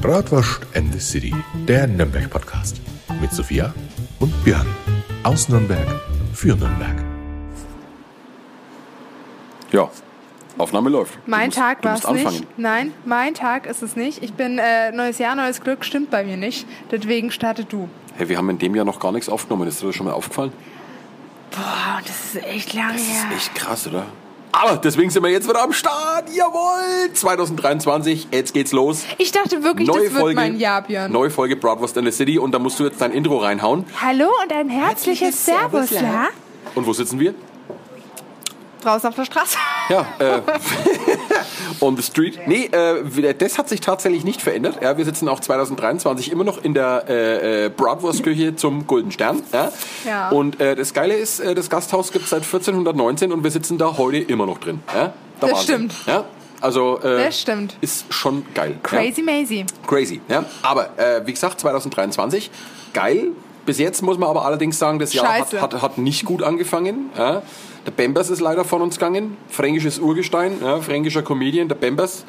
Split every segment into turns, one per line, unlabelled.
Bratwurst and the City, der Nürnberg-Podcast. Mit Sophia und Björn. Aus Nürnberg für Nürnberg.
Ja, Aufnahme läuft.
Mein
Du musst-
Tag
du
war
musst
es nicht.
anfangen.
Nein, mein Tag ist es nicht. Ich bin, äh, neues Jahr, neues Glück stimmt bei mir nicht. Deswegen starte du.
Hey, wir haben in dem Jahr noch gar nichts aufgenommen. Ist dir das schon mal aufgefallen?
Boah, das ist echt lange
Das ist echt krass, oder? Aber deswegen sind wir jetzt wieder am Start. Jawohl! 2023, jetzt geht's los.
Ich dachte wirklich, das wird mein Jahr, Björn.
Neue Folge Broadwurst in the City und da musst du jetzt dein Intro reinhauen.
Hallo und ein herzliches, Servus, ja?
Und wo sitzen wir?
Draußen auf der Straße.
Ja, äh, on the street. Nee, äh, das hat sich tatsächlich nicht verändert. Ja, wir sitzen auch 2023 immer noch in der äh, äh, Bratwurstküche zum Golden Stern. Ja?
Ja.
Und äh, das Geile ist, äh, das Gasthaus gibt es seit 1419 und wir sitzen da heute immer noch drin. Ja? Der
Das
Wahnsinn.
stimmt.
Ja? Also, äh,
Das stimmt.
Ist schon geil.
Crazy Maisie.
Ja? Crazy. Ja? Aber, äh, wie gesagt, 2023, geil. Bis jetzt muss man aber allerdings sagen, das Jahr hat,
Scheiße.
hat, hat nicht gut angefangen. Ja. Der Bembers ist leider von uns gegangen. Fränkisches Urgestein, ja, fränkischer Comedian, der Bembers.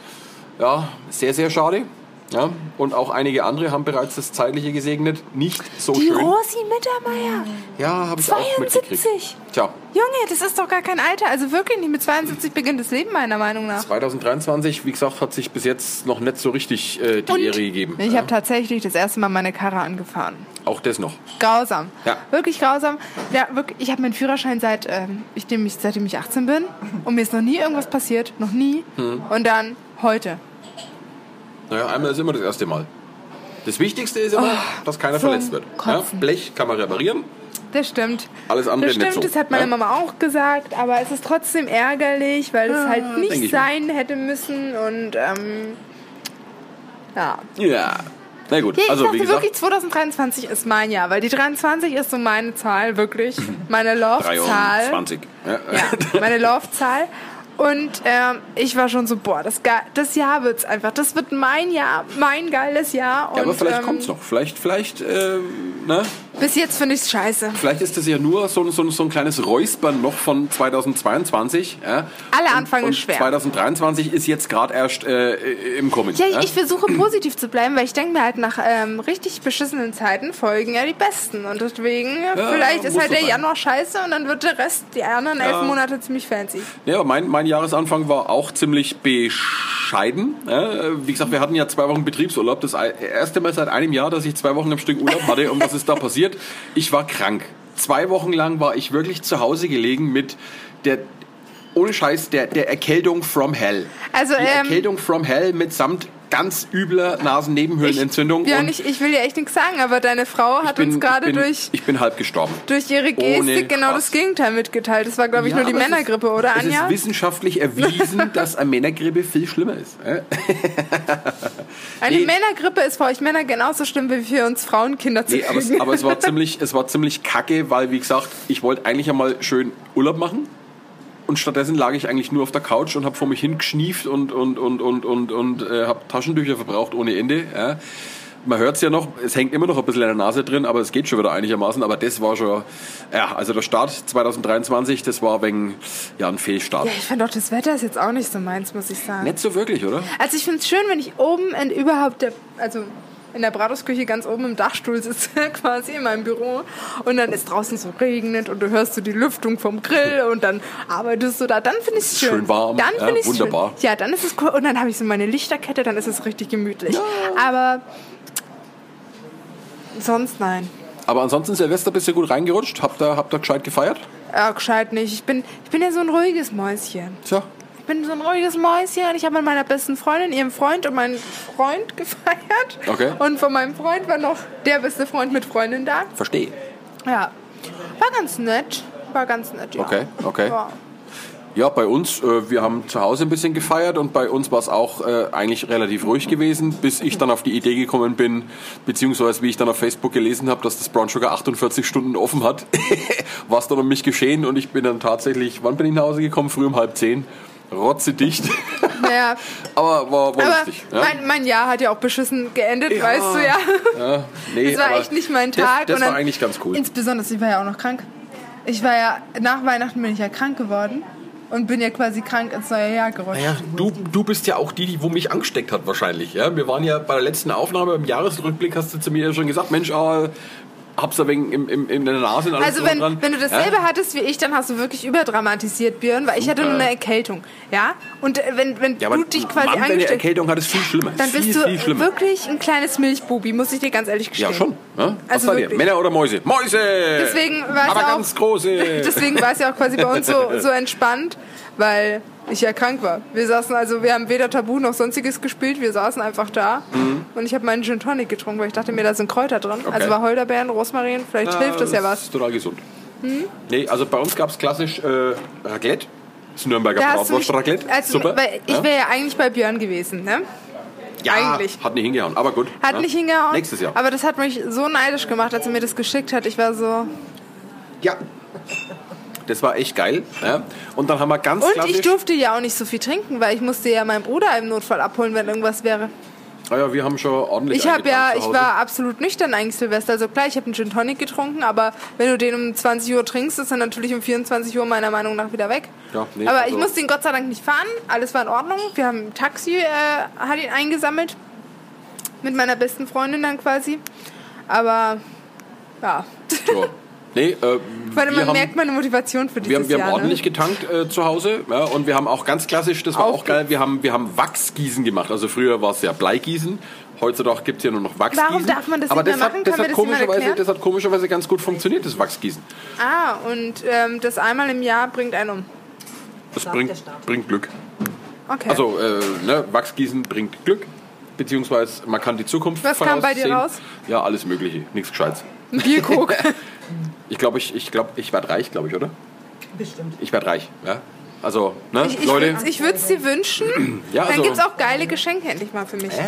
Ja, sehr, sehr schade. Ja. Und auch einige andere haben bereits das Zeitliche gesegnet. Nicht so
Die
Oh, schön.
Rosi Mittermeier,
Ja, habe ich auch mitgekriegt.
72.
Tja,
Junge, das ist doch gar kein Alter. Also wirklich nicht. Mit 72 beginnt das Leben meiner Meinung nach.
2023, wie gesagt, hat sich bis jetzt noch nicht so richtig äh, die Ehre gegeben.
ich
ja.
habe tatsächlich das erste Mal meine Karre angefahren.
Auch das noch.
Grausam.
Ja.
Wirklich grausam. Ja, wirklich, ich habe meinen Führerschein seit, ähm, ich, dem ich, seitdem ich 18 bin und mir ist noch nie irgendwas passiert. Noch nie.
Hm.
Und dann heute.
Naja, einmal ist immer das erste Mal. Das Wichtigste ist immer,
Oh,
dass keiner
zum
verletzt wird. Ja,
Kotzen.
Blech kann man reparieren.
Das stimmt.
Alles andere
das
nicht
stimmt,
so,
das hat meine
ne?
Mama auch gesagt, aber es ist trotzdem ärgerlich, weil es halt
denk ich
nicht sein hätte müssen und ähm, ja.
Ja. Na gut,
Ja, ich
also
dachte
wie gesagt,
wirklich, 2023 ist mein Jahr, weil die 23 ist so meine Zahl, wirklich. Meine Love-Zahl.
23. Ja.
Ja, meine Laufzahl. Und ähm, ich war schon so, boah, das, Ga- das Jahr wird's einfach. Das wird mein Jahr, mein geiles Jahr. Und,
Ja, aber vielleicht
ähm,
kommt's noch. Vielleicht, vielleicht, ähm, ne?
Bis jetzt finde ich's scheiße.
Vielleicht ist das ja nur so, ein- so, ein- so ein kleines Räuspern noch von 2022. Ja?
Alle Anfang
Und
ist schwer.
2023 ist jetzt gerade erst äh, im Kommen.
ja, ich, ich versuche positiv zu bleiben, weil ich denke mir halt, nach ähm, richtig beschissenen Zeiten folgen ja die besten. Und deswegen, vielleicht ist
muss
halt
so
der
sein.
Januar scheiße und dann wird der Rest, die anderen elf
Ja.
Monate ziemlich fancy.
Ja, aber mein, mein Jahresanfang war auch ziemlich bescheiden. ne? Wie gesagt, wir hatten ja zwei Wochen Betriebsurlaub. Das ei- erste Mal seit einem Jahr, dass ich zwei Wochen am Stück Urlaub hatte. Und was ist da passiert? Ich war krank. Zwei Wochen lang war ich wirklich zu Hause gelegen mit der, ohne Scheiß, der, der Erkältung from hell.
Also,
Die
ähm,
Erkältung from hell mitsamt ganz übler Nasennebenhöhlenentzündung.
Ja,
und
ich, ich will dir echt nichts sagen, aber deine Frau hat uns gerade
ich bin,
durch,
Ich bin halb gestorben.
durch ihre
Ohne
Gestik genau
Spaß.
das Gegenteil mitgeteilt. Das war, glaube ich,
Ja,
nur die
aber es
Männergrippe,
ist,
oder,
Es
Anja?
ist wissenschaftlich erwiesen, dass eine Männergrippe viel schlimmer ist. äh?
Eine
Nee.
Männergrippe ist für euch Männer genauso schlimm wie für uns Frauen Kinder zu
Nee, aber, es,
kriegen.
aber es, war ziemlich, es war ziemlich kacke, weil, wie gesagt, ich wollte eigentlich einmal schön Urlaub machen. Und stattdessen lag ich eigentlich nur auf der Couch und habe vor mich hingeschnieft und, und, und, und, und, und äh, habe Taschentücher verbraucht ohne Ende. Ja. Man hört es ja noch, es hängt immer noch ein bisschen an der Nase drin, aber es geht schon wieder einigermaßen. Aber das war schon, ja, also der Start 2023, das war wegen, ja, ein Fehlstart.
ja, ich finde auch, das Wetter ist jetzt auch nicht so meins, muss ich sagen.
Nicht so wirklich, oder?
Also ich finde es schön, wenn ich oben in überhaupt der, also in der Bratwurstküche ganz oben im Dachstuhl sitze, quasi in meinem Büro. Und dann ist draußen so regnet und du hörst so die Lüftung vom Grill und dann arbeitest du da. Dann finde ich es schön.
Schön warm,
Dann
ja,
finde ich es
wunderbar.
Schön. Ja, dann ist es cool. Und dann habe ich so meine Lichterkette, dann ist es richtig gemütlich. Aber sonst nein.
Aber ansonsten, Silvester, bist du gut reingerutscht? Habt ihr, habt ihr gescheit gefeiert?
Ja, Äh, gescheit nicht. Ich bin, ich bin ja so ein ruhiges Mäuschen.
Tja.
Ich bin so ein ruhiges Mäuschen. Ich habe mit meiner besten Freundin, ihrem Freund und meinem Freund gefeiert.
Okay.
Und von meinem Freund war noch der beste Freund mit Freundin da.
Verstehe.
Ja. War ganz nett. War ganz nett, ja.
Okay, okay.
Ja.
Ja, bei uns, äh, wir haben zu Hause ein bisschen gefeiert und bei uns war es auch äh, eigentlich relativ ruhig gewesen, bis ich dann auf die Idee gekommen bin, beziehungsweise wie ich dann auf Facebook gelesen habe, dass das Brown Sugar 48 Stunden offen hat, war es dann um mich geschehen und ich bin dann tatsächlich, wann bin ich nach Hause gekommen? Früh um halb zehn, rotzedicht,
Naja,
aber war, war
aber
lustig. Ja?
mein, mein Jahr hat ja auch beschissen geendet,
Ja.
weißt du ja.
ja, nee,
Das war
aber
echt nicht mein
das-
Tag.
Das,
und dann-
war eigentlich ganz cool.
Insbesondere, ich war ja auch noch krank. Ich war ja, nach Weihnachten bin ich ja krank geworden. und bin ja quasi krank ins neue Jahr gerutscht.
Naja,
Du, du bist ja auch die, die wo mich angesteckt hat wahrscheinlich. Ja? Wir waren ja bei der letzten Aufnahme im Jahresrückblick, hast du zu mir ja schon gesagt, Mensch, ah, hab's da wegen im, im, in der Nase. und alles
Also wenn,
dran.
wenn du
ja?
dasselbe hattest wie ich, dann hast du wirklich überdramatisiert, Björn, weil ich hatte nur eine Erkältung. Ja? Und äh, wenn, wenn
ja, aber
du dich quasi
Mann, deine
angesteckt
Erkältung hattest, viel schlimmer.
dann bist
viel,
du
viel schlimmer.
wirklich ein kleines Milchbubi, muss ich dir ganz ehrlich gestehen.
Ja, schon. Ja? Was
Also
also seid ihr?
wirklich.
Männer oder Mäuse? Mäuse!
Deswegen war
Aber
es auch,
ganz große.
Deswegen war es ja auch quasi bei uns so, so entspannt, weil ich ja krank war. Wir saßen also, wir haben weder Tabu noch sonstiges gespielt, wir saßen einfach da und ich habe meinen Gin Tonic getrunken, weil ich dachte mir, da sind Kräuter drin.
Mhm. Okay. Ah,
Also war Holderbeeren, Rosmarin, vielleicht
Ja,
hilft das ja was. Hm?
Ist total gesund. Nee, also bei uns gab es klassisch äh, Raclette. Das Nürnberger
Da hast du mich-
Bratwurst-Raclette.
also,
Super.
Weil ich
ja?
wäre ja eigentlich bei Björn gewesen, ne?
ja,
eigentlich-
Hat nicht hingehauen, aber gut.
Hat
Ja.
nicht hingehauen.
Nächstes Jahr.
Aber das hat mich so neidisch gemacht, als er mir das geschickt hat. Ich war so.
Ja. Das war echt geil. Ja. Und dann haben wir ganz
Und
klassisch...
ich durfte ja auch nicht so viel trinken, weil ich musste ja meinen Bruder im Notfall abholen, wenn irgendwas wäre.
Ah ja, wir haben schon ordentlich
Ich habe ja,
eingetanzt zu
ich
Hause.
war absolut nüchtern eigentlich Silvester. Also klar, ich habe einen Gin Tonic getrunken, aber wenn du den um 20 Uhr trinkst, ist er natürlich um 24 Uhr meiner Meinung nach wieder weg.
Ja, nee,
aber
also-
ich musste ihn Gott sei Dank nicht fahren. Alles war in Ordnung. Wir haben ein Taxi, äh, hat ihn eingesammelt. Mit meiner besten Freundin dann quasi. Aber ja.
Ja. Nee, äh,
Weil
wir
man
haben,
merkt meine Motivation für dieses
wir haben, wir
Jahr.
haben ordentlich
ne?
getankt äh, zu Hause ja, und wir haben auch ganz klassisch, das war
Auch
auch, geil, wir haben, wir haben Wachsgießen gemacht. Also früher war es ja Bleigießen, heutzutage gibt es ja nur noch Wachsgießen.
Warum darf man das
Aber
nicht
das
mehr
hat,
machen?
Das,
Kann
hat
mir das jemand
komischerweise,
erklären?
das hat komischerweise ganz gut funktioniert, das Wachsgießen.
Ah, und ähm, das einmal im Jahr bringt einen um.
Das
Sagt
bringt,
der Staat.
bringt Glück.
Okay.
Also äh, ne, Wachsgießen bringt Glück, beziehungsweise man kann die Zukunft
Was kam bei dir
voraussehen.
raus?
Ja, alles Mögliche, nichts Gescheites.
Ein Bierkrug.
Ich glaube, ich, ich, glaub, ich werde reich, glaube ich, oder?
Bestimmt.
Ich werde reich. Ja? Also, ne,
Ich, ich
Leute.
würd's- ich würde es dir wünschen.
Ja,
Dann
also-
gibt's auch geile Geschenke endlich mal für mich.
Äh,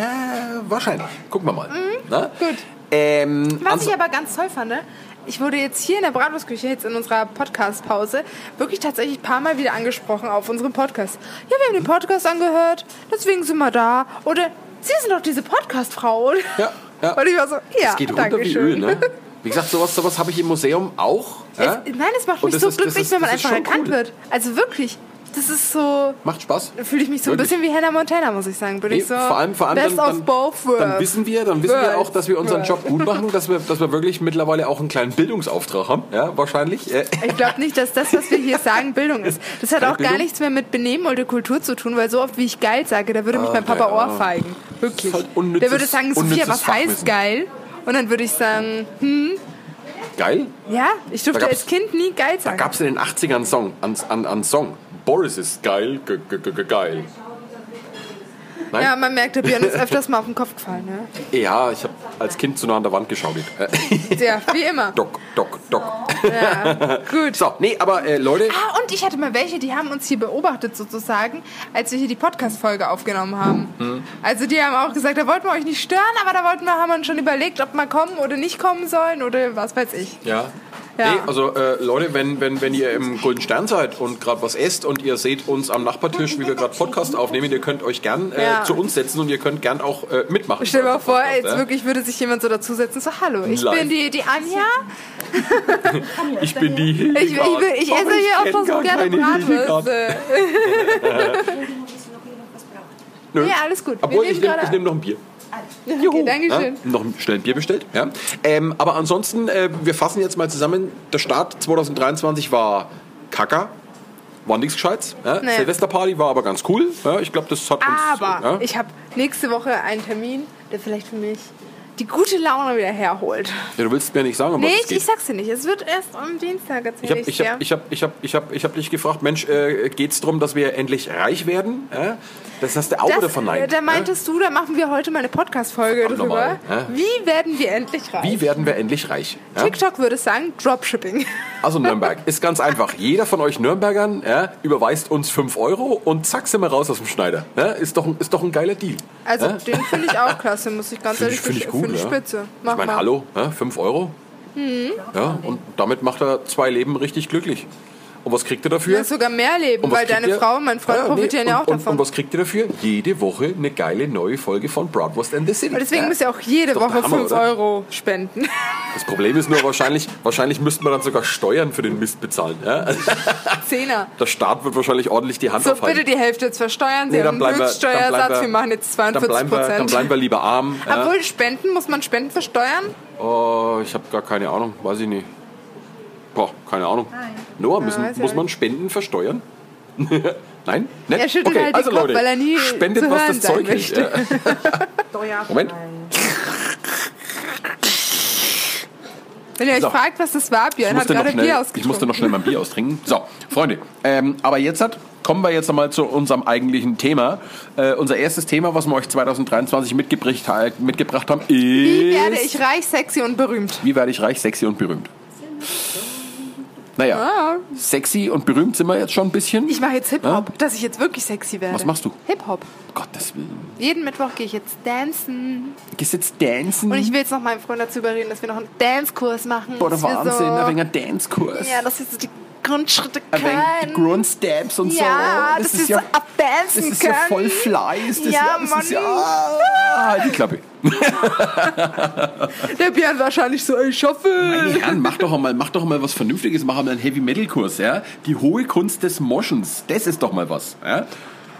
wahrscheinlich. Gucken wir mal. Na?
Mhm, Gut.
Ähm,
Was
ans-
ich aber ganz toll fand, ne? ich wurde jetzt hier in der Bratwurstküche, jetzt in unserer Podcast-Pause, wirklich tatsächlich ein paar Mal wieder angesprochen auf unserem Podcast. Ja, wir haben den Podcast angehört, deswegen sind wir da. Oder Sie sind doch diese Podcast-Frau, oder?
Ja, ja.
Und ich war so, ja,
es geht runter
danke
wie
schön.
Öl, ne? Wie gesagt, sowas, sowas habe ich im Museum auch. ja?
es, nein, es macht
Und
mich so
ist-
glücklich,
ist-
wenn man
das ist
einfach
schon
erkannt
cool.
wird. Also wirklich, das ist so...
Macht Spaß.
Da fühle ich mich so ein
Wirklich.
bisschen wie Hannah Montana, muss ich sagen. Bin
Nee,
ich so
vor allem, vor allem
best
dann,
of both
dann,
worlds.
dann wissen wir, dann wissen wir
Worlds.
auch, dass wir unseren
Worlds.
Job gut machen, dass wir, dass wir wirklich mittlerweile auch einen kleinen Bildungsauftrag haben, ja, wahrscheinlich. Äh,
Ich glaube nicht, dass das, was wir hier sagen, Bildung ist. Das hat
Keine
auch gar
Bildung?
nichts mehr mit Benehmen oder Kultur zu tun, weil so oft, wie ich geil sage, da würde mich mein Papa
Ah, ja.
ohrfeigen. Wirklich.
Das ist halt unnützes-
der würde sagen, Sophia,
unnützes
was heißt
Fachwissen.
geil? Und dann würde ich sagen, hm,
Geil.
ja, ich durfte
Da
als
gab's-
Kind nie geil
Da
sagen.
gab es in den 80ern einen Song, an, an, an Song. Boris ist geil, ge, ge, ge, ge, geil. Nein?
ja, man merkt, der Björn ist öfters mal auf den Kopf gefallen. Ne?
Ja, ich habe als Kind zu nah an der Wand geschaut. Äh,
Ja, wie immer.
doc, doc, doc.
Gut.
So, nee, aber äh, Leute,
Ah, und ich hatte mal welche, die haben uns hier beobachtet sozusagen, als wir hier die Podcast-Folge aufgenommen haben.
Mhm.
Also die haben auch gesagt, da wollten wir euch nicht stören, aber da wollten wir, haben wir uns schon überlegt, ob wir kommen oder nicht kommen sollen oder was weiß ich.
Ja.
Ja.
Nee, also äh, Leute, wenn, wenn, wenn ihr im Golden Stern seid und gerade was esst und ihr seht uns am Nachbartisch, wie wir gerade Podcast aufnehmen, ihr könnt euch gern äh,
Ja.
zu uns setzen und ihr könnt gern auch äh, mitmachen.
Stell dir mal vor, ey, jetzt
Ja.
wirklich würde sich jemand so dazusetzen, so hallo, ich
Live.
bin die, die Anja,
Ich bin die Hildegard.
ich, ich, ich, ich
Oh,
esse hier
kenn
auch so
gar
gerne
keine Hildegard.
Bratwürste.
Nö.
Nee, alles gut. Wir
Obwohl,
nehmen
ich nehme
gerade-
nehm noch ein Bier. ne?
Okay, Dankeschön.
Ja, noch schnell ein Bier bestellt. Ja. Ähm, aber ansonsten, äh, wir fassen jetzt mal zusammen. Der Start 2023 war Kacker. War nichts Gescheites. Ja.
Nee.
Silvesterparty war aber ganz cool. Ja, ich glaube, das hat uns...
Aber
ja.
ich habe nächste Woche einen Termin, der vielleicht für mich die gute Laune wieder herholt.
Ja, du willst mir nicht sagen, um
Nee,
was es
ich,
geht.
ich sag's dir nicht. Es wird erst am Dienstag
Ich
erzählt.
habe ich hab, ich hab, ich hab, ich hab, ich hab dich gefragt, Mensch, äh, geht's drum, dass wir endlich reich werden? Ja? Das hast du auch wieder verneint.
Da
ja?
meintest du, da machen wir heute mal eine Podcast-Folge
ne? Verdammt
drüber.
nochmal, ja.
Wie werden wir endlich reich?
Wie werden wir endlich reich? Ja?
TikTok würde sagen, Dropshipping.
Also Nürnberg, ist ganz einfach. Jeder von euch Nürnbergern ja, überweist uns 5 Euro und zack sind wir raus aus dem Schneider. Ja? Ist, doch, ein- ist doch ein geiler Deal.
Also
ja?
den finde ich auch klasse, muss ich ganz
Finde ich,
ehrlich
find ich gut.
finde ich
ja.
spitze.
Ich
Mach
meine,
mal. Hm.
hallo, 5 Euro. Ja, und damit macht er zwei Leben richtig glücklich. Und was kriegt er dafür?
Du hast sogar mehr Leben,
Und was
weil
kriegt
deine
ihr?
Frau und mein Freund
Ja, nee,
profitieren ja
und-
auch
und,
davon.
Und was kriegt ihr dafür? Jede Woche eine geile neue Folge von Broadwurst and the City.
und deswegen müsst ihr auch jede
Ist doch
Woche
der Hammer,
5
oder?
Euro spenden.
Das Problem ist nur wahrscheinlich, wahrscheinlich müsste man dann sogar Steuern für den Mist bezahlen. Ja? Also
Zehner.
Der Staat wird wahrscheinlich ordentlich die Hand
So,
aufhalten.
bitte die Hälfte jetzt versteuern. Sie
Nee, dann
haben einen
bleiben wir- dann
Höchststeuersatz.
bleiben
Wir,
wir-
machen jetzt
dann
42
bleiben, wir, dann
Prozent.
bleiben wir lieber arm. Ja?
Obwohl, Spenden, muss man Spenden versteuern?
Oh, ich habe gar keine Ahnung, weiß ich nicht. Boah, keine Ahnung.
Nein.
Noah,
Ja,
müssen,
weiß ich
muss
auch
man Spenden versteuern? Nein? Nett?
Er schüttelt halt den
also
Kopf,
Leute,
weil er nie
spendet,
zu
was
hören
das
sein
Zeug hält.
möchte.
Ja. Moment.
Wenn ihr euch
So.
fragt, was das war,
Ich
Björn hat
musste, noch
gerade Bier
schnell, ich
ausgetrunken.
musste noch schnell mein Bier austrinken. So, Freunde, ähm, aber jetzt hat, kommen wir jetzt einmal zu unserem eigentlichen Thema. Äh, unser erstes Thema, was wir euch 2023 mitgebracht, ha- mitgebracht haben, ist...
Wie werde ich reich, sexy und berühmt?
Wie werde ich reich, sexy und berühmt? Naja, sexy und berühmt sind wir jetzt schon ein bisschen.
Ich mache jetzt Hip-Hop,
Ja?
dass ich jetzt wirklich sexy werde.
Was machst du?
Hip-Hop.
Gottes Willen.
Jeden Mittwoch gehe ich jetzt dancen.
Gehst jetzt dancen?
Und ich will jetzt noch meinen Freund dazu überreden, dass wir noch einen Dance-Kurs machen.
Boah, der
dass wir
Wahnsinn,
so,
ein wenig ein Dancekurs.
Ja, dass wir so die Grundschritte
ein
können.
wenig die Grundsteps und so.
ja, dass
das
wir
ist
so
ja,
abdancen
das ist
können.
ja voll fly. Ist das
Ja,
ja, das ist ja,
Mann.
ah, halt die Klappe.
Der Björn wahrscheinlich so, ich schaffe.
Meine Herren, mach doch mal, mach doch mal was Vernünftiges, mach mal einen Heavy Metal Kurs, ja? Die hohe Kunst des Moschens, das ist doch mal was, ja?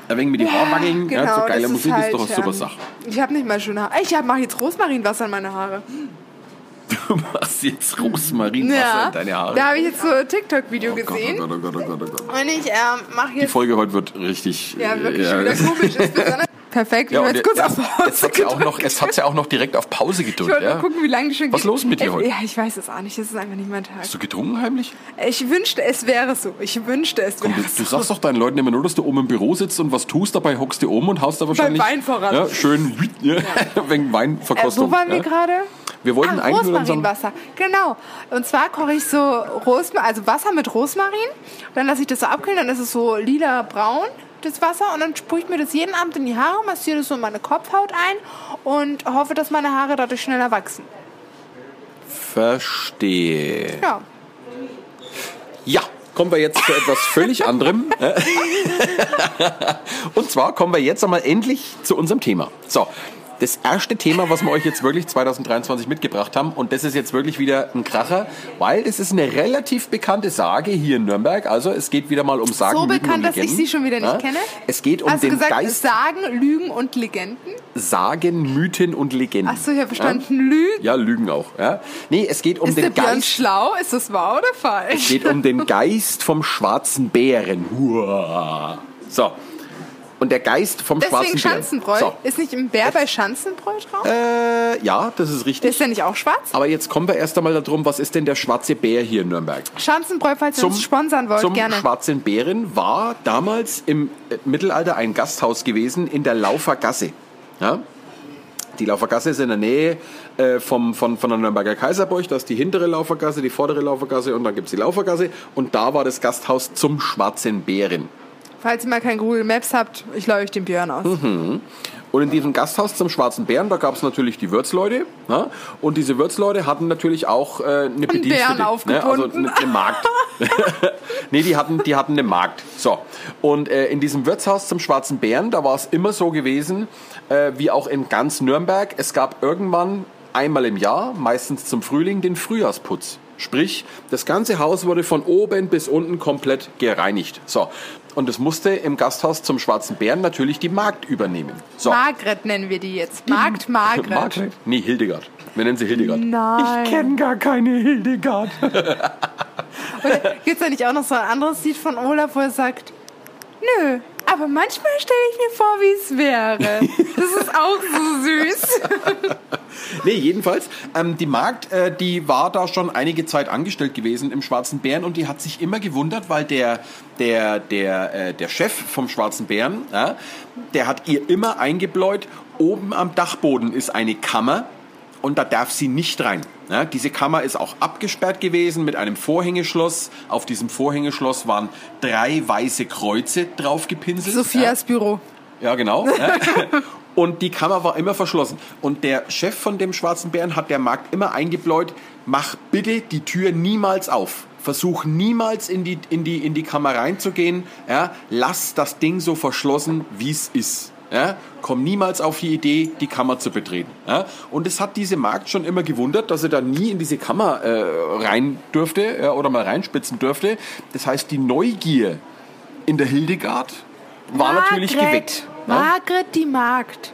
Ein wenig mit die Haare wackeln, ja, so geile
das
Musik ist
halt,
doch eine
ja.
super Sache.
Ich habe nicht mal schöne Haare. Ich mache jetzt Rosmarinwasser in meine Haare.
Du machst jetzt Rosmarinwasser in deine Haare.
Da habe ich jetzt so ein TikTok-Video
Gott,
gesehen.
oh Gott, oh Gott, oh Gott, oh Gott.
Und ich ähm, mache
Die
jetzt.
Folge heute wird richtig.
Ja,
äh,
wirklich schon wieder komisch. Ist besonders- Perfekt, ich
Ja,
ja,
und
jetzt kurz auf
jetzt
Pause.
hat sie auch noch, jetzt hat sie auch noch direkt auf Pause
Ich
gedrückt.
wollte
Ja?
mal gucken, wie lange die schon
Was los mit dir
Ich-
heute?
Ja, ich weiß es auch nicht. Es ist einfach nicht mein Tag.
Hast du getrunken heimlich?
Ich wünschte, es wäre so. Ich wünschte, es
Du,
wäre
du
so.
sagst doch deinen Leuten immer nur, dass du oben im Büro sitzt und was tust, dabei hockst du oben und haust da wahrscheinlich.
Wein voran.
Ja, schön ja, wegen
Äh,
Weinverkostung.
wo waren wir
ja.
gerade?
Wir wollten
ah,
eigentlich nur unseren-
Rosmarinwasser. Genau. Und zwar koche ich so Rosmarin, also Wasser mit Rosmarin. Dann lasse ich das so abkühlen, dann ist es so lila-braun, das Wasser. Und dann sprühe ich mir das jeden Abend in die Haare, massiere das so in meine Kopfhaut ein und hoffe, dass meine Haare dadurch schneller wachsen.
Verstehe.
Ja.
Ja, kommen wir jetzt zu etwas völlig anderem. Äh, und zwar kommen wir jetzt einmal endlich zu unserem Thema. So. Das erste Thema, was wir euch jetzt wirklich 2023 mitgebracht haben, und das ist jetzt wirklich wieder ein Kracher, weil das ist eine relativ bekannte Sage hier in Nürnberg. Also es geht wieder mal um Sagen,
So
Mythen und
bekannt, dass ich
Legenden.
sie schon wieder nicht
Ja?
kenne.
Es geht um
Hast
den
du gesagt,
Geist
Sagen, Lügen und Legenden?
Sagen, Mythen und Legenden.
Ach so, ich habe verstanden, Lügen.
Ja? ja, Lügen auch. Ja. Nee, es geht um
Ist der
den
Björn
Geist.
schlau? Ist das wahr oder falsch?
Es geht um den Geist vom schwarzen Bären. Huah. So. Und der Geist vom schwarzen
Deswegen Schanzenbräu.
Bären. So.
Ist nicht ein Bär bei Schanzenbräu drauf?
Äh, ja, das ist richtig.
ist der nicht auch schwarz?
Aber jetzt kommen wir erst einmal darum, was ist denn der schwarze Bär hier in Nürnberg?
Schanzenbräu, falls ihr uns sponsern wollt,
zum
gerne.
Schwarzen Bären war damals im äh, Mittelalter ein Gasthaus gewesen in der Laufer Gasse. Ja? Die Laufergasse ist in der Nähe äh, vom, von, von der Nürnberger Kaiserburg. Da ist die hintere Laufergasse, die vordere Laufergasse und dann gibt es die Laufergasse. Und da war das Gasthaus zum Schwarzen Bären.
Falls ihr mal kein Google Maps habt, ich leuchte euch den Björn aus.
Mhm. Und in diesem Gasthaus zum Schwarzen Bären, da gab es natürlich die Wirtsleute. Ne? Und diese Wirtsleute hatten natürlich auch äh, eine Bedienstete. Also
aufgebunden.
eine, eine Magd. nee, die hatten, die hatten eine Magd. So. Und äh, in diesem Wirtshaus zum Schwarzen Bären, da war es immer so gewesen, äh, wie auch in ganz Nürnberg. Es gab irgendwann einmal im Jahr, meistens zum Frühling, den Frühjahrsputz. Sprich, das ganze Haus wurde von oben bis unten komplett gereinigt. So. Und es musste im Gasthaus zum Schwarzen Bären natürlich die Magd übernehmen. So.
Margret nennen wir die jetzt. Markt Margret.
Margret? Nee, Hildegard. Wir nennen sie Hildegard.
Nein.
Ich kenne gar keine Hildegard.
Gibt es da nicht auch noch so ein anderes Lied von Olaf, wo er sagt, nö, aber manchmal stelle ich mir vor, wie es wäre. Das ist auch so süß.
Nee, jedenfalls, ähm, die Magd, äh, die war da schon einige Zeit angestellt gewesen im Schwarzen Bären und die hat sich immer gewundert, weil der, der, der, äh, der Chef vom Schwarzen Bären, ja, der hat ihr immer eingebläut, oben am Dachboden ist eine Kammer und da darf sie nicht rein. Ja, diese Kammer ist auch abgesperrt gewesen mit einem Vorhängeschloss. Auf diesem Vorhängeschloss waren drei weiße Kreuze drauf gepinselt. ja.
Sophias Büro.
Ja, genau. Ja. Und die Kammer war immer verschlossen. Und der Chef von dem Schwarzen Bären hat der Markt immer eingebläut, mach bitte die Tür niemals auf. Versuch niemals in die, in die, in die Kammer reinzugehen. Ja, lass das Ding so verschlossen, wie es ist. Ja? Komm niemals auf die Idee, die Kammer zu betreten. Ja? Und es hat diese Magd schon immer gewundert, dass er da nie in diese Kammer äh, rein durfte ja, oder mal reinspitzen durfte. Das heißt, die Neugier in der Hildegard
Ah,
war natürlich geweckt. ne? Ja?
Margret die Magd.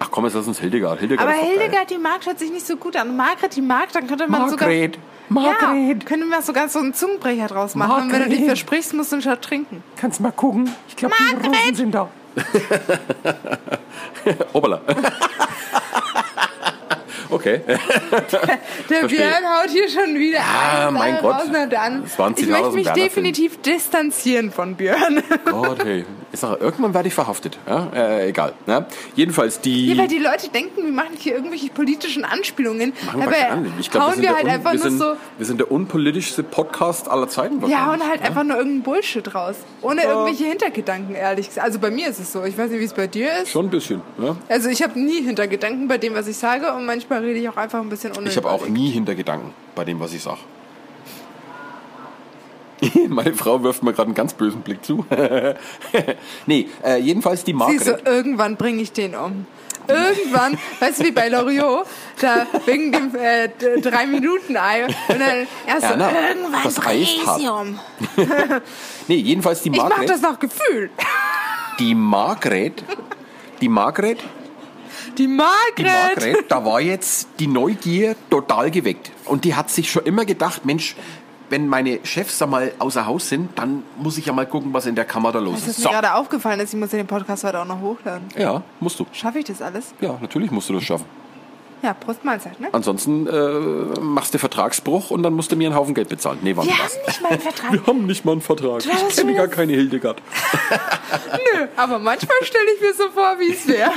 Ach komm, jetzt lass uns Hildegard. Hildegard
Aber
ist doch geil.
Hildegard die Magd hört sich nicht so gut an. Margret die Magd, dann könnte man
Margret.
sogar...
Margret.
Ja, könnte man sogar so einen Zungenbrecher draus machen. Und wenn du dich
Margret.
versprichst, musst du einen Shot trinken.
Kannst mal gucken. Ich glaube, die
Margret!
Rosen sind da.
Hoppala. okay.
Der
Verstehe.
Björn haut hier schon wieder
Ah,
alles
mein
alle
Gott.
raus und An.
Das waren
Ich
Zitate aus dem
möchte mich
Berner Film.
definitiv distanzieren von Björn.
Gott, hey. Ich sage, irgendwann werde ich verhaftet. Ja? Äh, egal. Ja? Jedenfalls die...
Ja, weil die Leute denken, wir machen hier irgendwelche politischen Anspielungen.
Machen wir
aber
gar nicht. Ich glaub,
hauen
sind der
wir halt
un-
einfach
wir
nur
sind,
so.
Wir sind der unpolitischste Podcast aller Zeiten.
Wir
wahrscheinlich.
hauen halt einfach nur irgendeinen Bullshit raus. Ohne irgendwelche Hintergedanken, ehrlich gesagt. Also bei mir ist es so. Ich weiß nicht, wie es bei dir ist.
Schon ein bisschen. ne? Ja?
Also ich habe nie Hintergedanken bei dem, was ich sage. Und manchmal rede ich auch einfach ein bisschen ohne.
Ich habe auch nie Hintergedanken bei dem, was ich sage. Meine Frau wirft mir gerade einen ganz bösen Blick zu. nee, äh, jedenfalls die
Sie so,
Margret.
irgendwann bringe ich den um. Irgendwann, weißt du, wie bei Loriot, da wegen dem äh, d- Drei-Minuten-Ei. Und dann erst
Ja,
so,
na,
irgendwann
das Ei
bringe
ist
ich
hart.
sie um.
Nee, jedenfalls die
Ich mache
Margret.
das nach Gefühl.
Die Margret. Die Margret.
Die Margret.
Die Margret, da war jetzt die Neugier total geweckt. Und die hat sich schon immer gedacht, Mensch, wenn meine Chefs da mal außer Haus sind, dann muss ich ja mal gucken, was in der Kammer da los
Es ist
ist.
mir gerade aufgefallen, dass ich muss ja den Podcast heute auch noch hochladen.
Ja, musst du.
Schaffe ich das alles?
Ja, natürlich musst du das schaffen.
Ja, Prost Mahlzeit, ne?
Ansonsten äh, machst du Vertragsbruch und dann musst du mir einen Haufen Geld bezahlen. Nee, war
Wir
nicht
haben nicht mal einen Vertrag.
Wir haben nicht mal einen Vertrag.
hast
Ich kenne
schon
gar
das-
keine Hildegard.
Nö, aber manchmal stelle ich mir so vor, wie es wäre.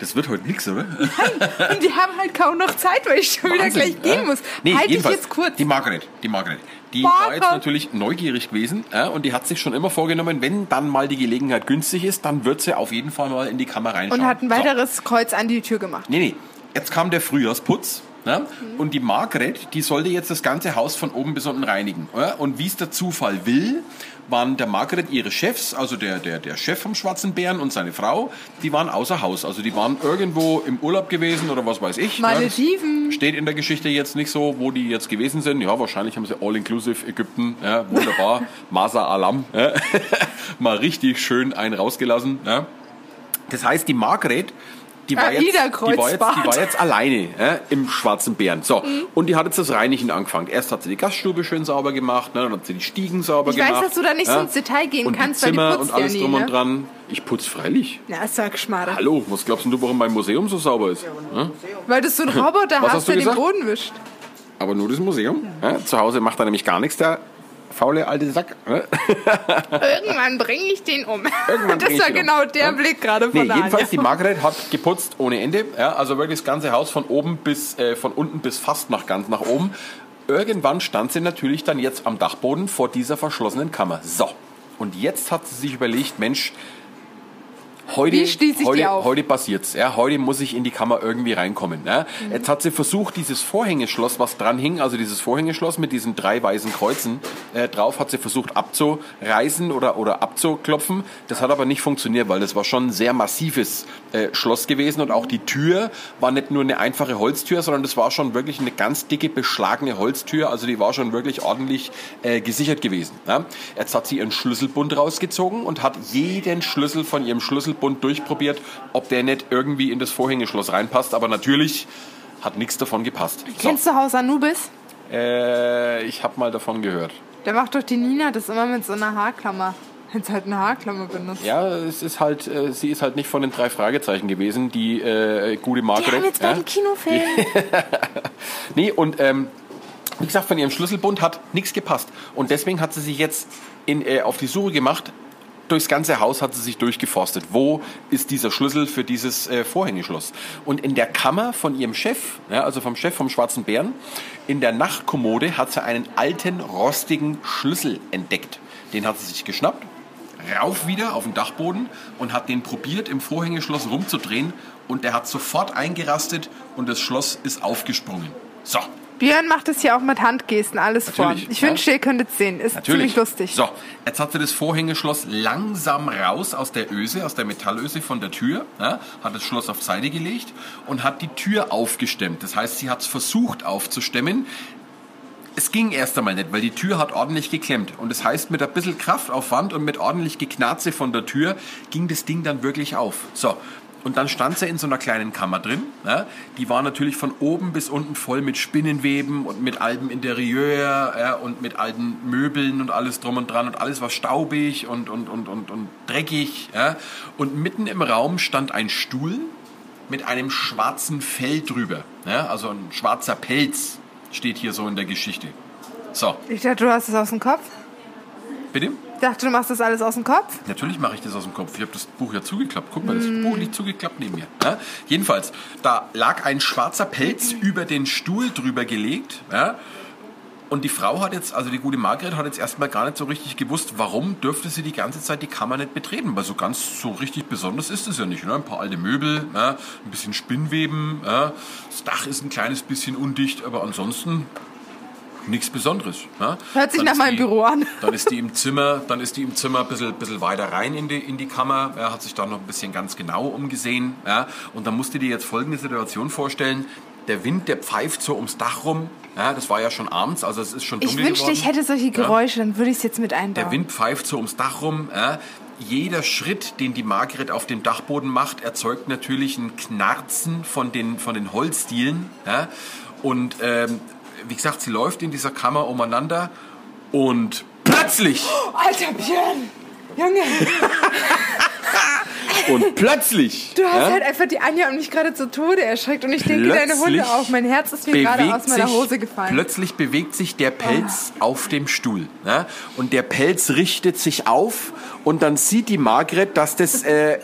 Das wird heute nichts, oder?
Und die haben halt kaum noch Zeit, weil ich schon wieder gleich gehen muss.
äh? ne? Nee,
halte ich
jedenfalls,
jetzt kurz.
Die Margret, die Margret. Die war
Margret.
jetzt natürlich neugierig gewesen äh, und die hat sich schon immer vorgenommen, wenn dann mal die Gelegenheit günstig ist, dann wird sie auf jeden Fall mal in die Kammer reinschauen.
Und hat ein
So.
weiteres Kreuz an die Tür gemacht.
Nee, nee. Jetzt kam der Frühjahrsputz. Ne?
Mhm.
Und die Margret, die sollte jetzt das ganze Haus von oben bis unten reinigen. Oder? Und wie es der Zufall will, waren der Margret ihre Chefs, also der, der, der Chef vom Schwarzen Bären und seine Frau, die waren außer Haus. Also die waren irgendwo im Urlaub gewesen oder was weiß ich. ne?
Malediven.
Steht in der Geschichte jetzt nicht so, wo die jetzt gewesen sind. Ja, wahrscheinlich haben sie All-Inclusive Ägypten. Ja, wunderbar. Masa Alam. Ja. Mal richtig schön einen rausgelassen. Ja. Das heißt, die Margret, die war,
Ah,
jetzt, die,
wieder
war jetzt, die
Kreuzfahrt.
war jetzt alleine ja, im Schwarzen Bären. So,
Mhm.
und die hat jetzt das Reinigen angefangen. Erst hat sie die Gaststube schön sauber gemacht, ne, dann hat sie die Stiegen sauber
Ich weiß,
gemacht.
dass du da nicht so ins Detail gehen
und
kannst,
die
weil du
Zimmer
putzt
und alles
ja nie,
drum
ne?
und dran. Ich putz freilich.
Na, sag Schmarre.
Hallo, was glaubst denn du, warum mein Museum so sauber ist? Ja?
Weil du so einen Roboter
Hm. Was
hast,
hast du
der
gesagt?
den Boden wischt.
Aber nur das Museum. Ja, zu Hause macht er nämlich gar nichts, der faule alte Sack. ne? Ja?
Irgendwann bringe ich den um.
Irgendwann
das
bring
war
ich den
genau
um.
der
Ja.
Blick gerade von
Nee,
der
jedenfalls,
Anja.
die Margret hat geputzt ohne Ende. Ja, also wirklich das ganze Haus von oben bis, äh, von unten bis fast nach ganz nach oben. Irgendwann stand sie natürlich dann jetzt am Dachboden vor dieser verschlossenen Kammer. So. Und jetzt hat sie sich überlegt, Mensch, heute,
Wie schließe ich
heute,
die auf?
heute passiert's. Ja, heute muss ich in die Kammer irgendwie reinkommen. Ja. Jetzt hat sie versucht, dieses Vorhängeschloss, was dran hing, also dieses Vorhängeschloss mit diesen drei weißen Kreuzen äh, drauf, hat sie versucht abzureißen oder, oder abzuklopfen. Das hat aber nicht funktioniert, weil das war schon ein sehr massives äh, Schloss gewesen und auch die Tür war nicht nur eine einfache Holztür, sondern das war schon wirklich eine ganz dicke beschlagene Holztür. Also die war schon wirklich ordentlich äh, gesichert gewesen. Ne? Jetzt hat sie ihren Schlüsselbund rausgezogen und hat jeden Schlüssel von ihrem Schlüsselbund durchprobiert, ob der nicht irgendwie in das Vorhängeschloss reinpasst. Aber natürlich hat nichts davon gepasst. So,
Kennst du Haus Anubis?
äh, ich habe mal davon gehört.
Da macht doch die Nina das immer mit so einer Haarklammer. Wenn sie halt eine Haarklammer benutzt.
Ja, es ist halt, äh, sie ist halt nicht von den drei Fragezeichen gewesen, die äh, gute
Die
Margret.
haben jetzt
ja?
beide Kinofilm.
Nee, und ähm, wie gesagt, von ihrem Schlüsselbund hat nichts gepasst. Und deswegen hat sie sich jetzt in, äh, auf die Suche gemacht. Durchs ganze Haus hat sie sich durchgeforstet. Wo ist dieser Schlüssel für dieses äh, Vorhängeschloss? Und in der Kammer von ihrem Chef, ja, also vom Chef vom Schwarzen Bären, in der Nachtkommode hat sie einen alten, rostigen Schlüssel entdeckt. Den hat sie sich geschnappt, rauf wieder auf den Dachboden und hat den probiert, im Vorhängeschloss rumzudrehen. Und der hat sofort eingerastet und das Schloss ist aufgesprungen. So,
Björn macht es ja auch mit Handgesten, alles
Natürlich,
vor. Ich
ja.
wünschte, ihr könntet es sehen. Ist ziemlich lustig.
So, jetzt hat sie das Vorhängeschloss langsam raus aus der Öse, aus der Metallöse von der Tür, ja, hat das Schloss auf Seite gelegt und hat die Tür aufgestemmt. Das heißt, sie hat es versucht aufzustemmen. Es ging erst einmal nicht, weil die Tür hat ordentlich geklemmt. Und das heißt, mit ein bisschen Kraftaufwand und mit ordentlich Geknarze von der Tür ging das Ding dann wirklich auf. So. Und dann stand sie in so einer kleinen Kammer drin. Ja? Die war natürlich von oben bis unten voll mit Spinnenweben und mit altem Interieur ja? und mit alten Möbeln und alles drum und dran und alles war staubig und, und, und, und, und dreckig. Ja? Und mitten im Raum stand ein Stuhl mit einem schwarzen Fell drüber. Ja? Also ein schwarzer Pelz steht hier so in der Geschichte. So,
Ich dachte, du hast es aus dem Kopf.
bitte?
Ich dachte, du machst das alles aus dem Kopf.
Natürlich mache ich das aus dem Kopf. Ich habe das Buch ja zugeklappt. Guck mal, das
Hm.
Buch liegt zugeklappt neben mir. Ja? Jedenfalls, da lag ein schwarzer Pelz
Hm.
über den Stuhl drüber gelegt. Ja? Und die Frau hat jetzt, also die gute Margret, hat jetzt erstmal gar nicht so richtig gewusst, warum dürfte sie die ganze Zeit die Kammer nicht betreten. Weil so ganz so richtig besonders ist es ja nicht. Ne? Ein paar alte Möbel, ja? ein bisschen Spinnweben, ja? das Dach ist ein kleines bisschen undicht, aber ansonsten nichts Besonderes. Ja?
Hört sich nach
ist
meinem
die-
Büro an.
Dann ist die im Zimmer, dann ist die im Zimmer ein bisschen, bisschen weiter rein in die, in die Kammer, ja, hat sich da noch ein bisschen ganz genau umgesehen. Ja, und dann musst du dir jetzt folgende Situation vorstellen. Der Wind, der pfeift so ums Dach rum. Ja, das war ja schon abends, also es ist schon
Ich
dunkel
wünschte,
geworden.
ich hätte solche Geräusche, dann würde ich es jetzt mit
Der
einbauen.
Wind pfeift so ums Dach rum. Ja. Jeder Schritt, den die Margret auf dem Dachboden macht, erzeugt natürlich ein Knarzen von den, von den Holzdielen. Ja. Und ähm, wie gesagt, sie läuft in dieser Kammer umeinander und plötzlich...
Alter Björn! Junge,
Und plötzlich
du hast halt einfach die Anja und mich gerade zu Tode erschreckt und ich denke deine Hunde
Plötzlich
auf. Mein Herz ist mir gerade aus meiner
sich-
Hose gefallen. Ah.
Plötzlich bewegt sich der Pelz auf dem Stuhl. Ne? Und der Pelz richtet sich auf und dann sieht die Margret, dass das äh,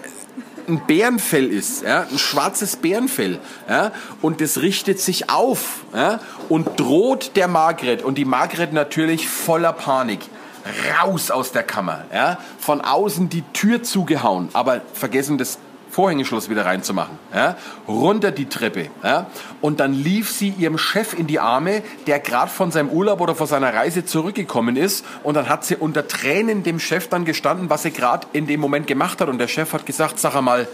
ein Bärenfell ist, ja? ein schwarzes Bärenfell. Ja? Und das richtet sich auf ja? und droht der Margret. Und die Margret natürlich voller Panik. Raus aus der Kammer. Ja? Von außen die Tür zugehauen, aber vergessen, das Vorhängeschloss wieder reinzumachen. Ja? Runter die Treppe. Ja? Und dann lief sie ihrem Chef in die Arme, der gerade von seinem Urlaub oder von seiner Reise zurückgekommen ist. Und dann hat sie unter Tränen dem Chef dann gestanden, was sie gerade in dem Moment gemacht hat. Und der Chef hat gesagt, sag einmal,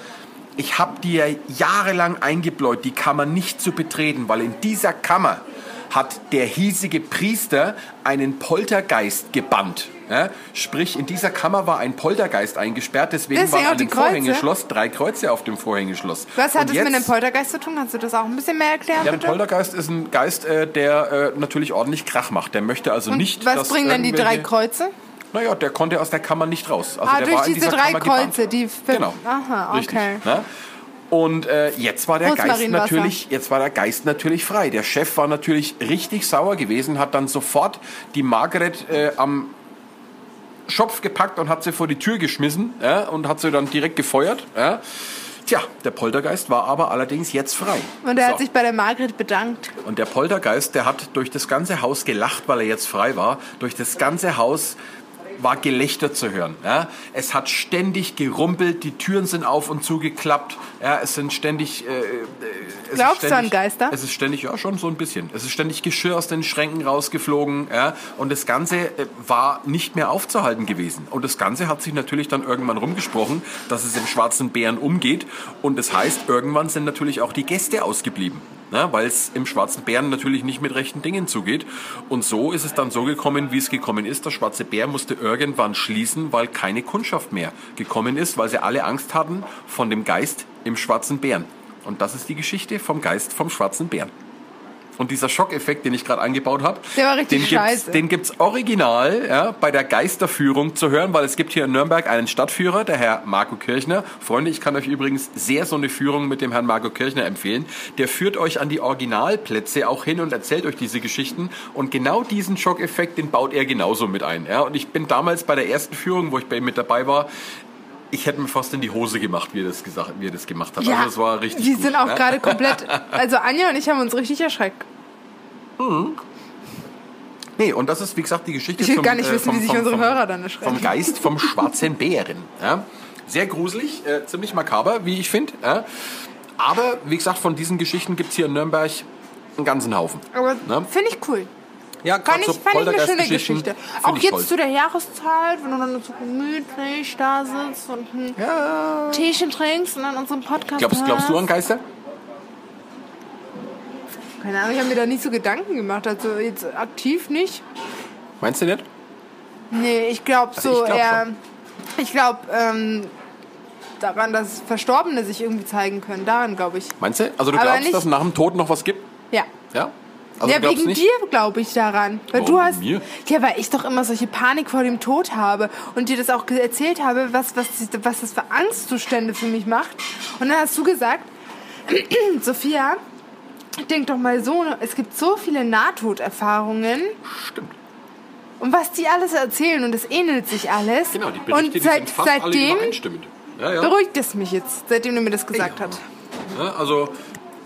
ich habe dir jahrelang eingebläut, die Kammer nicht zu betreten, weil in dieser Kammer hat der hiesige Priester einen Poltergeist gebannt. Ja? Sprich, in dieser Kammer war ein Poltergeist eingesperrt, deswegen,
Deswegen
war
auch
an
die
dem
Kreuze?
Vorhängeschloss drei Kreuze auf dem Vorhängeschloss.
Was hat
Und
es
jetzt-
mit einem Poltergeist zu tun? Kannst du das auch ein bisschen mehr erklären,
ja, ein
bitte?
Poltergeist ist ein Geist, äh, der äh, natürlich ordentlich Krach macht. Der möchte also
und
nicht,
was
dass
bringen denn die drei
irgendwelche-
Kreuze?
Naja, der konnte aus der Kammer nicht raus. Also
ah,
der
durch
war in
diese
dieser
drei
Kammer
Kreuze,
gebannt.
die... ver-
Genau.
Aha, okay.
Richtig, ne? Und äh, jetzt war der Geist
Rosmarinwasser.
natürlich, jetzt war der Geist natürlich frei. Der Chef war natürlich richtig sauer gewesen, hat dann sofort die Margaret äh, am Schopf gepackt und hat sie vor die Tür geschmissen ja, und hat sie dann direkt gefeuert. Ja. Tja, der Poltergeist war aber allerdings jetzt frei.
Und er hat
So.
sich bei der Margret bedankt.
Und der Poltergeist, der hat durch das ganze Haus gelacht, weil er jetzt frei war. Durch das ganze Haus war Gelächter zu hören. Ja? Es hat ständig gerumpelt, die Türen sind auf und zugeklappt. Ja, es sind ständig. Äh, äh, es ist
Glaubst du
ständig-
an Geister?
Es ist ständig, ja, schon so ein bisschen. Es ist ständig Geschirr aus den Schränken rausgeflogen. Ja? Und das Ganze äh, war nicht mehr aufzuhalten gewesen. Und das Ganze hat sich natürlich dann irgendwann rumgesprochen, dass es im schwarzen Bären umgeht. Und das heißt, irgendwann sind natürlich auch die Gäste ausgeblieben. Ne? Weil es im schwarzen Bären natürlich nicht mit rechten Dingen zugeht. Und so ist es dann so gekommen, wie es gekommen ist. Der schwarze Bär musste irgendwann schließen, weil keine Kundschaft mehr gekommen ist, weil sie alle Angst hatten von dem Geist im schwarzen Bären. Und das ist die Geschichte vom Geist vom schwarzen Bären. Und dieser Schockeffekt, den ich gerade angebaut habe,
Der war richtig
den gibt's,
scheiße.
den gibt's original ja, bei der Geisterführung zu hören, weil es gibt hier in Nürnberg einen Stadtführer, der Herr Marco Kirchner. Freunde, ich kann euch übrigens sehr so eine Führung mit dem Herrn Marco Kirchner empfehlen. Der führt euch an die Originalplätze auch hin und erzählt euch diese Geschichten. Und genau diesen Schockeffekt, den baut er genauso mit ein. Ja. Und ich bin damals bei der ersten Führung, wo ich bei ihm mit dabei war, ich hätte mir fast in die Hose gemacht, wie er das, gesagt, wie er das gemacht hat. also es war richtig
die
gut,
sind auch
ne?
gerade komplett... Also Anja und ich haben uns richtig erschreckt.
Nee, und das ist, wie gesagt, die Geschichte äh,
Ich will gar nicht wissen, wie sich unsere Hörer dann erschrecken.
Vom Geist vom schwarzen Bären. Ja? Sehr gruselig, äh, ziemlich makaber, wie ich finde. Ja? Aber, wie gesagt, von diesen Geschichten gibt es hier in Nürnberg einen ganzen Haufen.
Aber
Na?
finde ich cool.
Ja, Ne?
Fand
gerade
ich,
so
fand ich eine schöne
Poltergeist-Geschichten
Geschichte.
find
Auch
ich
jetzt
toll.
zu der Jahreszeit, wenn du dann so gemütlich da sitzt und ein
Ja.
Teechen trinkst und dann unseren Podcast
Glaubst, glaubst du an Geister?
hörst. Keine Ahnung, ich habe mir da nicht so Gedanken gemacht. Also jetzt aktiv nicht.
Meinst du nicht?
Nee, ich glaube
Also ich
so
glaub
eher.
schon.
Ich glaube ähm, daran, dass Verstorbene sich irgendwie zeigen können. Daran glaube ich.
Meinst du? Also du
Aber
glaubst,
nicht-
dass es nach dem Tod noch was gibt?
Ja.
Ja? Also
ja,
du glaubst
wegen
nicht?
dir glaube ich daran. Weil
Warum
du hast.
mir?
Ja, weil ich doch immer solche Panik vor dem Tod habe und dir das auch ge- erzählt habe, was, was, was das für Angstzustände für mich macht. Und dann hast du gesagt, Sophia, denk doch mal so, es gibt so viele Nahtoderfahrungen. Stimmt. Und was die alles erzählen und es ähnelt sich alles.
Genau, die Berichte,
und
die
seit,
sind fast alle
seitdem
übereinstimmend. Ja, ja.
beruhigt es mich jetzt, seitdem du mir das gesagt hast.
Ja, Also,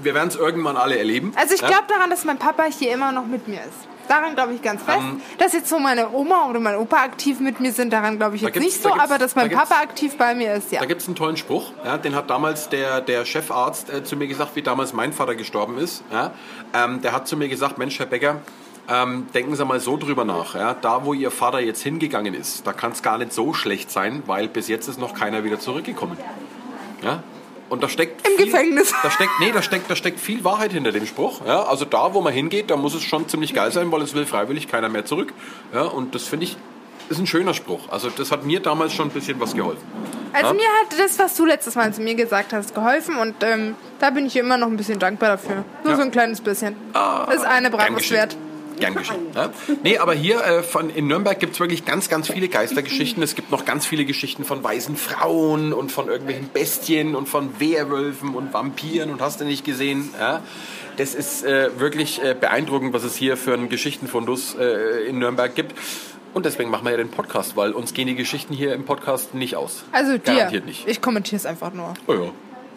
wir werden es irgendwann alle erleben.
Also ich
Ja?
glaube daran, dass mein Papa hier immer noch mit mir ist. Daran glaube ich ganz fest.
Ähm,
dass jetzt so meine Oma oder mein Opa aktiv mit mir sind, daran glaube ich
Da
jetzt
gibt's-
nicht
da
so,
gibt's-
aber dass mein
da
Papa aktiv bei mir ist, ja.
Da gibt es einen tollen Spruch, ja, den hat damals der, der Chefarzt äh, zu mir gesagt, wie damals mein Vater gestorben ist. Ja, ähm, der hat zu mir gesagt, Mensch, Herr Becker, ähm, denken Sie mal so drüber nach. Ja, da, wo Ihr Vater jetzt hingegangen ist, da kann es gar nicht so schlecht sein, weil bis jetzt ist noch keiner wieder zurückgekommen. Ja? Und da steckt
Im
viel,
Gefängnis.
Da steckt, nee, da steckt, da steckt viel Wahrheit hinter dem Spruch. Ja? Also da, wo man hingeht, da muss es schon ziemlich geil sein, weil es will freiwillig keiner mehr zurück. Ja? Und das finde ich, ist ein schöner Spruch. Also das hat mir damals schon ein bisschen was geholfen.
Also
Ja.
mir hat das, was du letztes Mal zu mir gesagt hast, geholfen und ähm, da bin ich ihr immer noch ein bisschen dankbar dafür.
Ja.
Nur
Ah,
so ein kleines bisschen. ist eine Bratwurst wert.
Gern geschehen. Ja? Nee, aber hier äh, von, in Nürnberg gibt es wirklich ganz, ganz viele Geistergeschichten. Es gibt noch ganz viele Geschichten von weißen Frauen und von irgendwelchen Bestien und von Werwölfen und Vampiren und hast du nicht gesehen. Ja? Das ist äh, wirklich äh, beeindruckend, was es hier für einen Geschichtenfundus äh, in Nürnberg gibt. Und deswegen machen wir ja den Podcast, weil uns gehen die Geschichten hier im Podcast nicht aus.
Also dir.
Garantiert nicht.
Ich kommentiere es einfach nur.
Oh ja.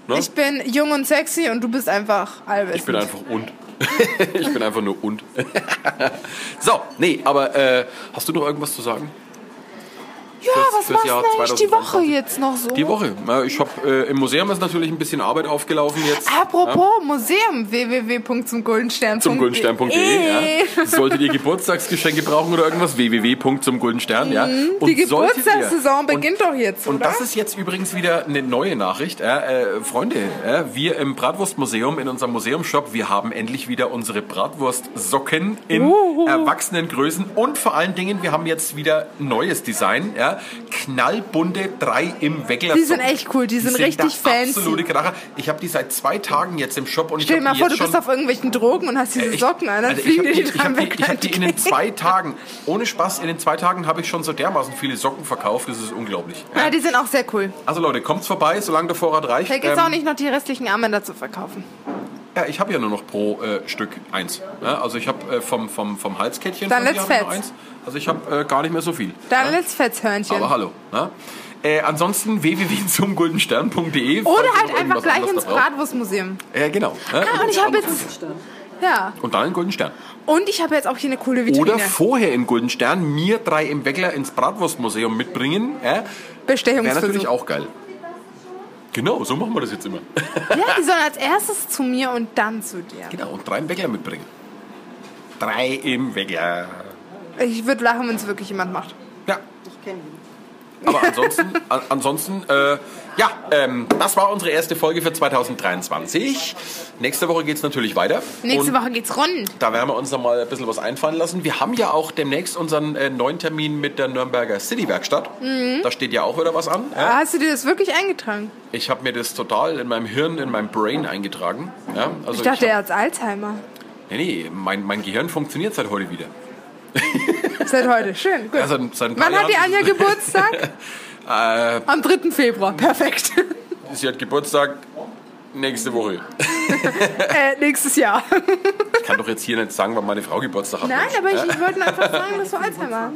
Ne?
Ich bin jung und sexy und du bist einfach allwissend.
Ich bin einfach und. ich bin einfach nur und. so, nee, aber äh, hast du noch irgendwas zu sagen?
ja,
fürs-
was
fürs
machst
Jahr
du eigentlich die Woche
2023?
jetzt noch so?
Die Woche. Na, Ich hab, äh, Im Museum ist natürlich ein bisschen Arbeit aufgelaufen jetzt.
Ah, Apropos Museum www.zumguldenstern.de
Zum guldenstern.de. E,
E.
Ja. Solltet ihr Geburtstagsgeschenke brauchen oder irgendwas? www.zumguldenstern. Ja. Und
Mhm. Die
solltet ihr-
Geburtstagssaison
und
beginnt doch jetzt,
Und
oder?
das ist jetzt übrigens wieder eine neue Nachricht. Äh, äh, Freunde, äh, wir im Bratwurstmuseum, in unserem Museumshop, wir haben endlich wieder unsere Bratwurstsocken in Erwachsenengrößen und vor allen Dingen, wir haben jetzt wieder neues Design. Ja, knallbunte drei im Weckler.
Die sind echt cool, die sind richtig
der
fancy.
Absolute Kracher. Ich habe die seit zwei Tagen jetzt im Shop und
Stell dir
ich habe
mal
die
vor,
jetzt
du
schon Äh,
bist auf irgendwelchen Drogen und hast diese
ich-
Socken an, dann
Alter,
fliegen dir
ich
die
hab die, ich
dran
hab die,
weg.
ich hab die in den zwei Tagen, ohne Spaß, in den zwei Tagen habe ich schon so dermaßen viele Socken verkauft, das ist unglaublich.
ja, die sind auch sehr cool.
Also Leute, kommt's vorbei, solange der Vorrat reicht.
Fällt jetzt
Ähm,
auch nicht noch die restlichen Armbänder zu verkaufen.
Ja, ich habe ja nur noch pro äh, Stück eins. Ja, also ich habe äh, vom, vom, vom Halskettchen
Dann
von dir
let's
hab ich noch
fetz.
eins. Also ich habe äh, gar nicht mehr so viel.
Dann
ja?
let's Fettshörnchen.
Aber hallo. Ja? Äh, ansonsten www.zumguldenstern.de falls
Oder
ihr
halt
noch
einfach
irgendwas
gleich
anderes
ins
da braucht.
Bratwurstmuseum.
Ja, genau. Ja?
Ah, und ich habe jetzt... Ja.
und dann einen Golden Stern.
Und ich habe jetzt auch hier eine coole Vitrine.
Oder vorher in Golden Stern mir drei im Weckler ins Bratwurstmuseum mitbringen. Ja? Wäre
Bestechungsversuch.
natürlich auch geil. Genau, so machen wir das jetzt immer.
Ja, die sollen als erstes zu mir und dann zu dir.
Genau, und drei im Weckler mitbringen. Drei im Weckler.
Ich würde lachen, wenn es wirklich jemand macht.
Ja. Aber ansonsten, an- ansonsten äh, ja, ähm, das war unsere erste Folge für 2023. Nächste Woche geht es natürlich weiter.
Nächste
Und
Woche geht's rund.
Da werden wir uns noch mal ein bisschen was einfallen lassen. Wir haben ja auch demnächst unseren äh, neuen Termin mit der Nürnberger City-Werkstatt.
Mhm.
Da steht ja auch wieder was an. Ja?
Hast du dir das wirklich eingetragen?
Ich habe mir das total in meinem Hirn, in meinem Brain eingetragen. Ja? Also
Ich dachte,
ich
er
hab,
hat Alzheimer.
nee, nee, mein, mein Gehirn funktioniert seit heute wieder.
Seit heute. Schön. Gut.
Ja, Äh, seit- seit ein paar
Wann hat die
Jahren.
Anja Geburtstag? Am 3. Februar. Perfekt.
Sie hat Geburtstag nächste Woche.
äh, nächstes Jahr.
Ich kann doch jetzt hier nicht sagen, wann meine Frau Geburtstag hat.
Nein,
Mensch.
aber ich, ich wollte nur einfach sagen, dass du Alzheimer hast.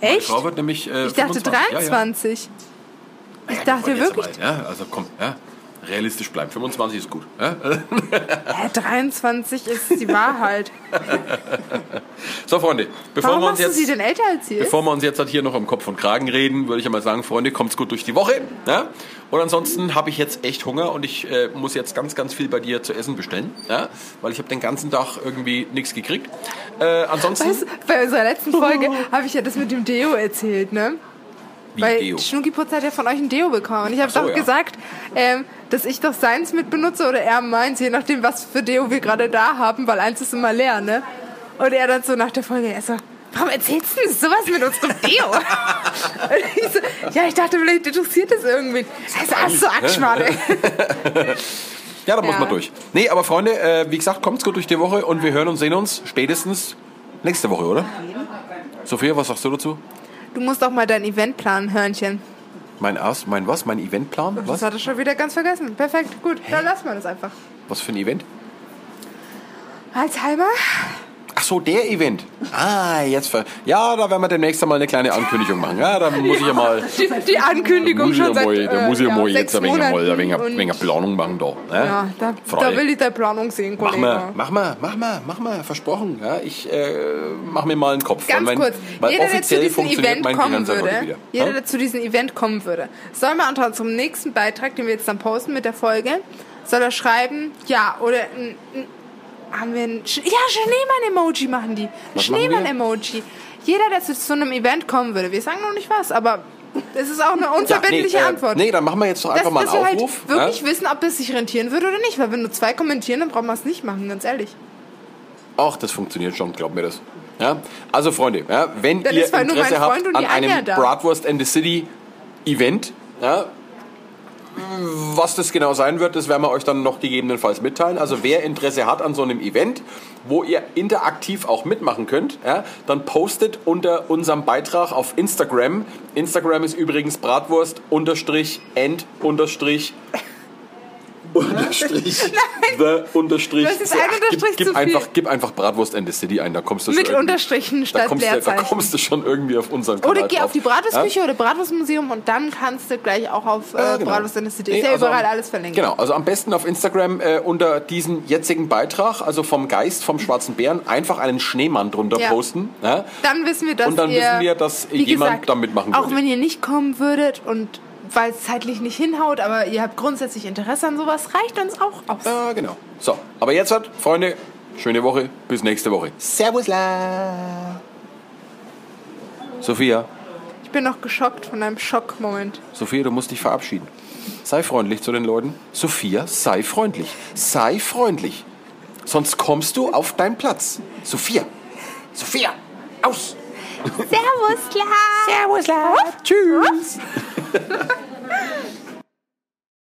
Meine
Echt?
Frau wird nämlich. Äh,
Ich dachte
25. Ja, ja.
23. Ich dachte
Jetzt
wirklich.
Mal, ja, also komm, ja. Realistisch bleiben. 25 ist gut. Ja?
Äh, 23 ist die Wahrheit.
So, Freunde, bevor
Warum
wir uns
machst du
jetzt.
sie denn älter als sie ist?
Bevor wir uns jetzt halt hier noch am Kopf und Kragen reden, würde ich einmal sagen, Freunde, kommt's gut durch die Woche. Ja? Und ansonsten habe ich jetzt echt Hunger und ich äh, muss jetzt ganz, ganz viel bei dir zu essen bestellen, ja? weil ich habe den ganzen Tag irgendwie nichts gekriegt. Äh, ansonsten,
Weißt du, bei unserer letzten Folge habe ich ja das mit dem Deo erzählt, ne?
wie
Weil
Deo.
Schnuckiputz hat ja von euch ein Deo bekommen. Und ich habe
so,
doch
ja.
gesagt, ähm, dass ich doch seins mit benutze oder er meins, je nachdem, was für Deo wir gerade da haben, weil eins ist immer leer, ne? Und er dann so nach der Folge, er so, warum erzählst du denn sowas mit unserem Deo? Und ich so, ja, ich dachte, vielleicht interessiert das irgendwen. Also, ach so, Akschmade.
Ja, da muss
Ja.
man durch. Nee, aber Freunde, äh, wie gesagt, kommt's gut durch die Woche und wir hören und sehen uns spätestens nächste Woche, oder? Sophia, was sagst du dazu?
Du musst auch mal dein Event planen, Hörnchen.
Mein Ast, mein was? Mein Eventplan?
Das halt
Was?
hat er schon wieder ganz vergessen. Perfekt, gut, dann lassen wir das einfach.
Was für ein Event?
Alzheimer?
Ach so, der Event. Ah, jetzt ver Ja, da werden wir demnächst einmal eine kleine Ankündigung machen. Ja, da muss ich ja mal
Die, die Ankündigung
muss ich ja
schon seit
mal, da muss ich ja
äh,
mal
ja,
jetzt ein
sechs
wenig, mal, ein wenig,
Monaten
ein
und-
wenig Planung machen da. Ne?
Ja, da, da
Freunde,
will ich deine Planung sehen,
Mach mal,
Kollege.
mach mal, mach mal, mach mal, versprochen. Ja, ich äh, mach mir mal einen Kopf.
Ganz
weil mein,
kurz,
weil
jeder, der zu
offiziell
diesem
funktioniert
Event
mein
kommen
Finanzamt heute
würde,
wieder. Hm?
jeder,
Ja?
der zu diesem Event kommen würde, soll mal unter unserem nächsten Beitrag, den wir jetzt dann posten mit der Folge, soll er schreiben, ja, oder ein, ein, haben wir ein, Sch- ja, Schneemann-Emoji machen die. Ein
Was machen wir?
Schneemann-Emoji. Jeder, der zu so einem Event kommen würde, wir sagen noch nicht was, aber es ist auch eine unverbindliche
ja, nee,
Antwort.
Äh, nee, dann machen wir jetzt doch einfach
dass,
mal einen
dass wir halt
Aufruf. ne?
wirklich
ja?
wissen, ob das sich rentieren würde oder nicht. Weil wenn nur zwei kommentieren, dann brauchen wir es nicht machen, ganz ehrlich.
Ach, das funktioniert schon, glaub mir das. Ja? Also Freunde, ja, wenn
Dann
ihr
ist zwar nur mein
Interesse
Freund
habt
und
an
die Anja
einem
da.
Bratwurst and the City Event, ja, was das genau sein wird, das werden wir euch dann noch gegebenenfalls mitteilen. Also wer Interesse hat an so einem Event, wo ihr interaktiv auch mitmachen könnt, ja, dann postet unter unserem Beitrag auf Instagram. Instagram ist übrigens Bratwurst unterstrich and unterstrich unterstrich the unterstrich
Das ist ein
gib,
Unterstrich
gib
zu viel.
einfach gib einfach Bratwurst and the City ein, da kommst du schon
Mit
irgendwie-
Unterstrichen
da
statt
kommst, du, da
Leerzeichen.
kommst du schon irgendwie auf unseren Kanal
Oder geh auf die
halt Ja?
Bratwurstküche oder Bratwurstmuseum und dann kannst du gleich auch auf äh,
Ja, genau.
Bratwurst in der City.
Nee,
Ist ja
also
überall
am-
alles verlinkt.
Genau, also am besten auf Instagram äh, unter diesen jetzigen Beitrag, also vom Geist vom Schwarzen Bären, einfach einen Schneemann drunter
Ja.
posten. Ja?
Dann wissen wir, dass
Und dann
ihr,
wissen wir, dass
wie
jemand
gesagt,
da mitmachen
Auch
würde.
wenn ihr nicht kommen würdet und weil es zeitlich nicht hinhaut, aber ihr habt grundsätzlich Interesse an sowas, reicht uns auch aus.
Ja, genau. So, aber jetzt hat, Freunde, schöne Woche, bis nächste Woche. Servus la. Sophia,
Ich bin noch geschockt von einem Schockmoment.
Sophia, du musst dich verabschieden. Sei freundlich zu den Leuten. Sophia, sei freundlich. Sei freundlich. Sonst kommst du auf deinen Platz. Sophia. Sophia. Aus.
Servus, klar! Servus, klar! Tschüss!